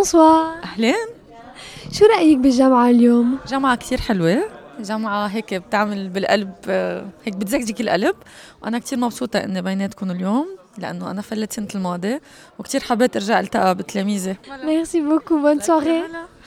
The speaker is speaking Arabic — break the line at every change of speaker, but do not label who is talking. بونسوار
أهلين
شو رأيك بالجامعة اليوم؟
جامعة كتير حلوة جامعة هيك بتعمل بالقلب آه، هيك بتزكزك القلب وأنا كتير مبسوطة إني بيناتكم اليوم لأنه أنا فلت سنة الماضي وكتير حبيت أرجع ألتقى بتلاميذي
ميرسي بوكو بون سوغي